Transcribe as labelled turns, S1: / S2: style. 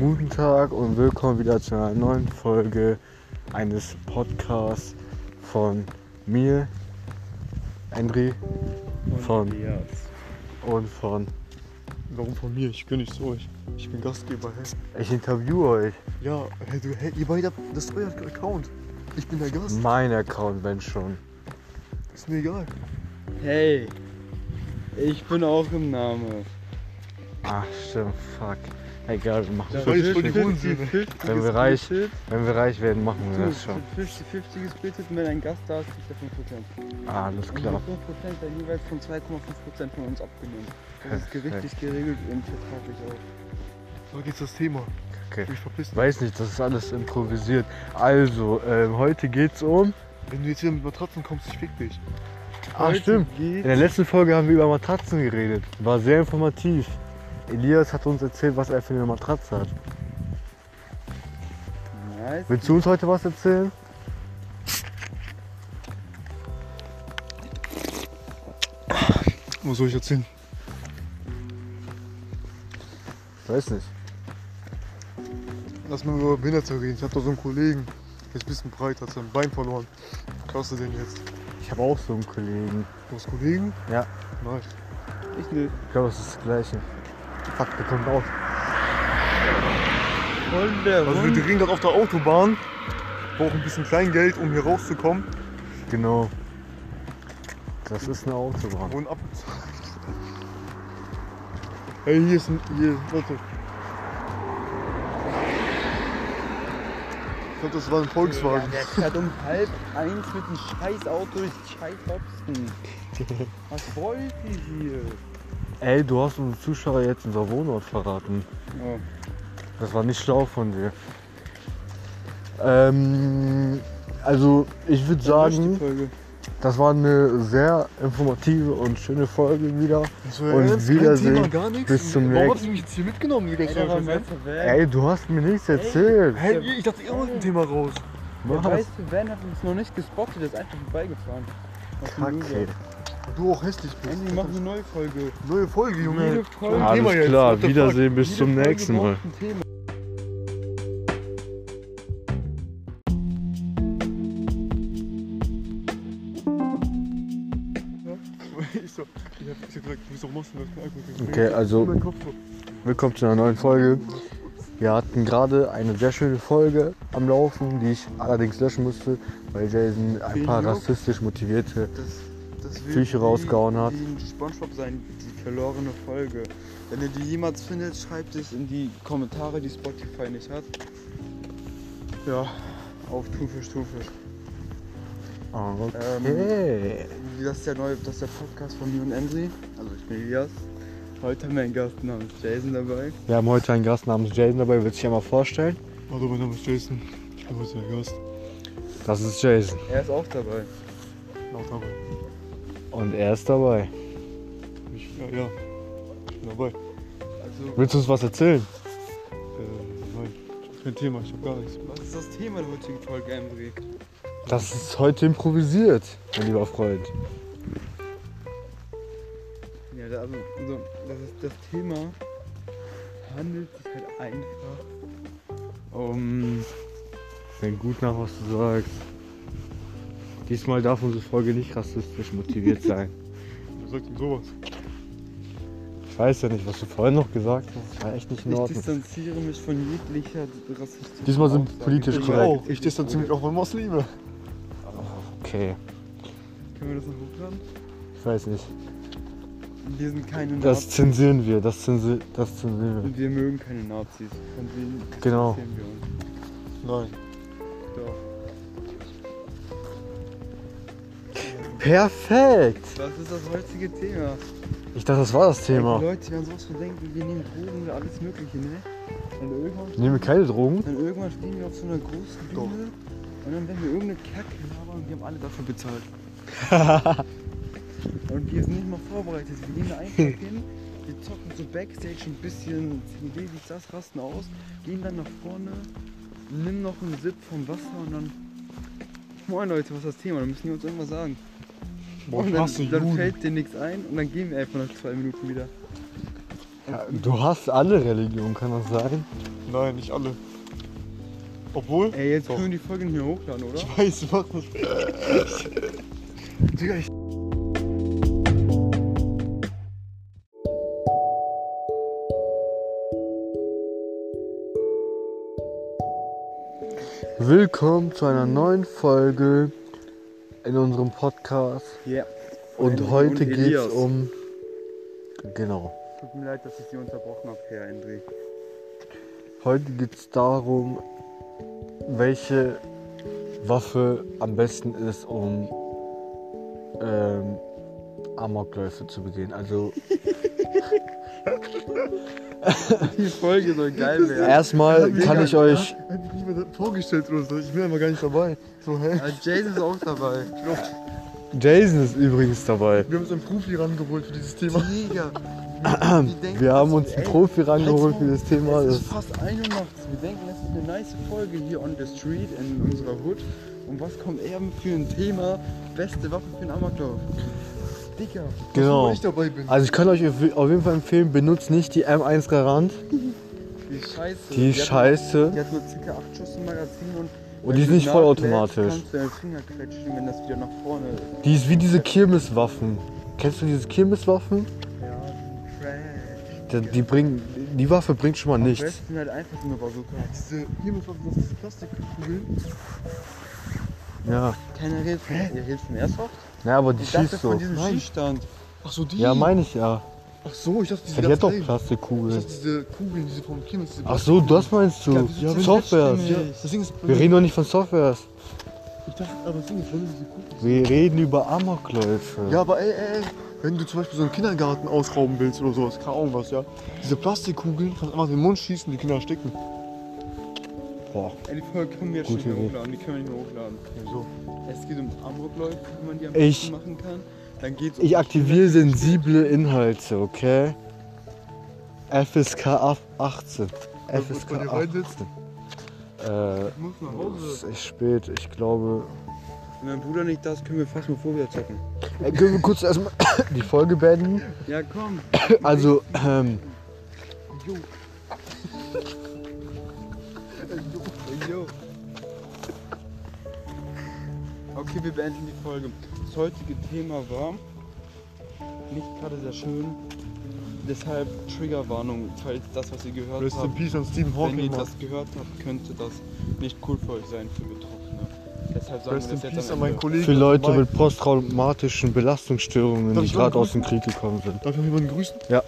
S1: Guten Tag und willkommen wieder zu einer neuen Folge eines Podcasts von mir, Andri
S2: Und
S1: Von-
S2: Elias.
S1: und von
S2: Warum von mir? Ich gehöre nicht zu euch. Ich bin Gastgeber, hä?
S1: ich interview euch.
S2: Ja, hey, du, hey, ihr beide, habt- das ist euer Account. Ich bin der Gast.
S1: Mein Account, wenn schon.
S2: Ist mir egal.
S3: Hey, ich bin auch im Name.
S1: Ach stimmt, fuck. Egal, wir machen
S2: wollte
S1: das
S2: jetzt voll die
S1: schon.
S2: Hose sehen.
S1: Wenn wir reich- Wenn wir reich werden, machen wir das schon.
S3: 50-50 gesplittet, wenn ein Gast da ist, kriegt er 5%.
S1: Alles
S3: Und diese
S1: klar.
S3: 5% werden jeweils von 2,5% von uns abgenommen. Das ist gerichtlich geregelt und vertraglich auch.
S2: So geht's das Thema.
S1: Okay.
S2: Ich verpiss dich.
S1: Weiß nicht, das ist alles improvisiert. Also, ähm, heute geht's um.
S2: Wenn du jetzt hier mit Matratzen kommst, ich fick dich.
S1: Ach Ah, stimmt. In der letzten Folge haben wir über Matratzen geredet. War sehr informativ. Elias hat uns erzählt, was er für eine Matratze hat.
S3: Nice.
S1: Willst du uns heute was erzählen?
S2: Wo soll ich jetzt hin?
S1: Weiß nicht.
S2: Lass mal über Behinderte reden. Ich hab da so einen Kollegen. Der ist ein bisschen breit, hat sein Bein verloren. Krasse den jetzt.
S1: Ich habe auch so einen Kollegen.
S2: Du hast Kollegen?
S1: Ja.
S2: Nein.
S3: Ich nicht.
S1: Ich glaube, es ist das gleiche. Fuck, der kommt auch.
S3: Von der
S2: Also wir drehen gerade auf der Autobahn. Brauchen ein bisschen Kleingeld, um hier rauszukommen.
S1: Genau. Das ist eine Autobahn.
S2: Wurden abgezockt. Hey, hier ist ein. Hier, warte. Ich glaube, das war ein Volkswagen.
S3: der fährt um halb eins mit einem scheiß Auto durch die scheiß Hopsten. Was wollt ihr hier?
S1: Ey, du hast unseren Zuschauer jetzt unser Wohnort verraten.
S3: Oh.
S1: Das war nicht schlau von dir. Ähm, also ich würde sagen, das war eine sehr informative und schöne Folge wieder.
S2: So,
S1: Und
S2: ernst,
S1: Wiedersehen.
S2: Kein Thema, gar nichts.
S1: Bis zum
S2: Warum
S1: nächsten-
S2: habt ihr mich jetzt hier mitgenommen, Digga?
S3: Ey,
S2: Ich
S3: der war
S2: soll
S3: mehr
S2: schon
S3: verwirrt.
S1: Ey, du hast mir nichts erzählt.
S2: Hä, ich dachte, ihr holt ein Thema raus.
S1: Was?
S3: Der weiße Van hat uns noch nicht gespottet, der ist einfach vorbeigefahren. Was ein
S1: Kacke.
S3: Loser.
S2: Du auch hässlich bist.
S3: Andy, mach eine neue Folge.
S2: Neue Folge, Junge.
S3: Jede Folge.
S2: Ein Thema
S1: Alles
S2: jetzt.
S1: klar,
S2: What the
S1: Wiedersehen bis
S3: Jede
S1: zum
S3: Folge
S1: nächsten Mal.
S3: braucht ein Thema.
S2: fuck? Ich so, ich hab ich hab gesagt, du bist doch Muslim, du hast keinen Alkohol getrunken.
S1: Okay, also
S2: Mein Kopf so.
S1: Willkommen zu einer neuen Folge. Wir hatten gerade eine sehr schöne Folge am Laufen, die ich allerdings löschen musste, weil Jason ein paar
S3: Video?
S1: rassistisch motivierte.
S3: Das, das wird
S1: Tücher
S3: wie-
S1: rausgehauen hat.
S3: Wie in Spongebob sein, die verlorene Folge. Wenn ihr die jemals findet, schreibt es in die Kommentare, die Spotify nicht hat. Ja, auf Stufe, Stufe.
S1: Ähm. Okay.
S3: Das ist der neue, das ist der Podcast von mir und Andri. Also ich bin Elias. Heute haben wir einen Gast namens Jason dabei.
S1: Wir haben heute einen Gast namens Jason dabei, willst du dich einmal vorstellen?
S2: Hallo, mein Name ist Jason. Ich bin heute der Gast.
S1: Das ist Jason
S3: Er ist auch dabei.
S2: Laut dabei.
S1: und er ist dabei.
S2: Ich, ja, ja. Ich bin dabei.
S3: Also,
S1: Willst du uns was erzählen?
S2: Ähm, nein. Kein Thema, ich hab gar nichts.
S3: was ist das Thema der heutigen Folge, Andri?
S1: Das ist heute improvisiert, mein lieber Freund.
S3: Ja, da- also, also das, ist, das Thema handelt sich halt einfach um.
S1: Denk gut nach, was du sagst. Diesmal darf unsere Folge nicht rassistisch motiviert sein.
S2: Wer sagt denn sowas?
S1: Ich weiß ja nicht, was du vorhin noch gesagt hast. Das war echt nicht in
S3: Ich
S1: Ordnung.
S3: distanziere mich von jeglicher rassistischen
S1: Diesmal sind
S3: Aussage.
S1: politisch
S2: Ich
S1: korrekt.
S2: auch. Ich distanziere mich auch von Muslime.
S1: Okay,
S3: Können wir das noch hochladen?
S1: ich weiß nicht.
S3: Wir sind keine
S1: Das
S3: Nazis.
S1: zensieren wir, das, zensi das zensieren
S3: Und wir mögen keine Nazis. Von denen
S1: Genau.
S3: distanzieren wir uns.
S2: Nein.
S3: Doch.
S1: wir. Perfekt!
S3: Das ist das heutige Thema.
S1: Ich dachte, das war das
S3: Ey, Die
S1: Thema.
S3: Leute werden sowas von denken, wir nehmen Drogen und alles mögliche, ne? Und irgendwann,
S1: Ich nehme keine Drogen.
S3: dann irgendwann stehen wir auf so einer großen Bühne
S2: Doch.
S3: und dann werden wir irgendeine Kacke labern und die haben alle dafür bezahlt. und wir sind nicht mal vorbereitet. Wir gehen da einfach hin, wir zocken so Backstage ein bisschen CBD, dies, das, rasten aus, gehen dann nach vorne, nimm noch einen Sip vom Wasser und dann... Moin Leute, was ist das Thema? Dann müssen die uns irgendwas sagen.
S2: Boah,
S3: und
S2: ich
S3: dann,
S2: hasse
S3: dann
S2: Juden.
S3: fällt dir nichts ein und dann gehen wir einfach nach zwei Minuten wieder.
S1: Ja, du hast alle Religionen, kann das sein?
S2: Nein, nicht alle. Obwohl.
S3: Ey, jetzt
S2: Doch.
S3: können wir die Folge nicht mehr hochladen, oder?
S2: Ich weiß, mach das.
S3: Digga, ich.
S1: Willkommen zu einer neuen Folge in unserem Podcast.
S3: Ja.
S1: Und
S3: Henry
S1: heute
S3: und
S1: geht es
S3: Elias.
S1: um. Genau.
S3: Tut mir leid, dass ich Sie unterbrochen habe, Herr Hendrik.
S1: Heute geht es darum, welche Waffe am besten ist, um ähm, Amokläufe zu begehen. Also
S3: Die Folge soll geil werden.
S1: erstmal kann ich euch,
S2: Hätte ich nicht mehr vorgestellt oder so. Ich bin aber gar nicht dabei. So, hä?
S3: Ah, Jason ist auch dabei.
S1: Jason ist übrigens dabei.
S2: Wir haben uns einen Profi rangeholt für dieses Thema.
S3: Digga. die denken,
S1: Wir haben
S3: das
S1: uns
S3: ist-
S1: einen
S3: ey,
S1: Profi rangeholt für
S3: Heizung,
S1: das Thema.
S3: Es
S1: Das
S3: ist fast 1 Uhr nachts. Wir denken, das ist eine nice Folge hier on the street in unserer Hood. Und was kommt eben für ein Thema? Beste Waffe für einen Amoklauf. Digga.
S2: Wo
S1: genau.
S2: ich dabei bin.
S1: Also ich kann euch auf jeden Fall empfehlen, benutzt nicht die M1 Garant.
S3: Die Scheiße.
S1: Die
S3: hat- Die
S1: Scheiße.
S3: hat nur ca. 8 Schuss im Magazin und.
S1: Und die
S3: wenn
S1: ist
S3: du
S1: nicht vollautomatisch.
S3: nachlädst, Kannst du deinen Finger quetschen, wenn das wieder nach vorne ist.
S1: Die ist wie diese Kirmeswaffen. Kennst du diese Kirmeswaffen?
S3: Ja, Trash.
S1: Die, die, bringen, die Waffe bringt schon mal
S3: Am
S1: nichts.
S3: besten halt einfach so eine Bazooka.
S2: diese, hier muss man das Plastikkugeln.
S1: Ja.
S3: Keiner redet von, ihr redet von Airsoft?
S1: Ja, aber die
S3: Ich dachte
S1: schießt
S3: von
S1: so.
S3: diesem
S2: Nein.
S3: Schießstand.
S2: Ach so, die.
S1: Ja, meine ich ja.
S2: Ach so, ich dachte, diese
S1: Ja, die hat doch
S2: ganzen- Ich
S1: Plastikkugeln.
S2: dachte, diese Kugeln, diese vom Kind. Diese
S1: Ach so, das meinst du?
S2: Ja, wieso zählt
S1: Softwares.
S2: das denn nicht? Das Ding ist,
S1: Wir reden doch nicht von Softwares.
S2: ich dachte, aber das Ding ist, wenn du diese Kugeln.
S1: Wir reden über Amokläufe.
S2: Ja, aber ey, ey, ey, wenn du zum Beispiel so einen Kindergarten ausrauben willst oder sowas, keine Ahnung was, ja. Diese Plastikkugeln kannst du einfach in den Mund schießen, die Kinder ersticken.
S1: Boah.
S3: Ey, die Folge können wir jetzt
S1: Gute
S3: nicht mehr
S1: Idee.
S3: hochladen. Die können wir nicht mehr hochladen.
S2: So.
S3: Es geht um Amokläufe, wie man die am
S1: Ich-
S3: besten machen kann. Dann geht's um
S1: Ich aktiviere sensible Inhalte, okay? FSK ab 18. FSK
S2: bei dir
S1: 18.
S2: reinsetzt?
S1: Äh,
S3: Ich um- muss nach
S1: es
S3: Hause.
S1: ist echt spät, ich glaube.
S3: Wenn mein Bruder nicht da ist, können wir fast nur vorwärts zocken.
S1: Äh, können wir kurz erstmal die Folge beenden?
S3: Ja, komm.
S1: Also, ähm,
S2: Jo.
S3: Yo. Okay, wir beenden die Folge. Das heutige Thema war nicht gerade sehr schön. Deshalb Triggerwarnung, falls das, was ihr gehört
S2: Rest in
S3: habt,
S2: Peace an Stephen
S3: wenn ihr
S2: Hawking, Mann.
S3: das gehört habt, könnte das nicht cool für euch sein, für Betroffene. Deshalb sagen
S2: Rest
S3: wir
S2: in
S3: das jetzt
S2: Peace
S3: am
S2: an meinen
S3: Ende.
S2: Kollegen.
S1: für Leute
S2: Mike.
S1: mit posttraumatischen Belastungsstörungen,
S2: Darf
S1: die
S2: ich
S1: gerade
S2: noch
S1: aus dem Krieg gekommen sind.
S2: Darf ich noch jemanden grüßen?
S1: Ja.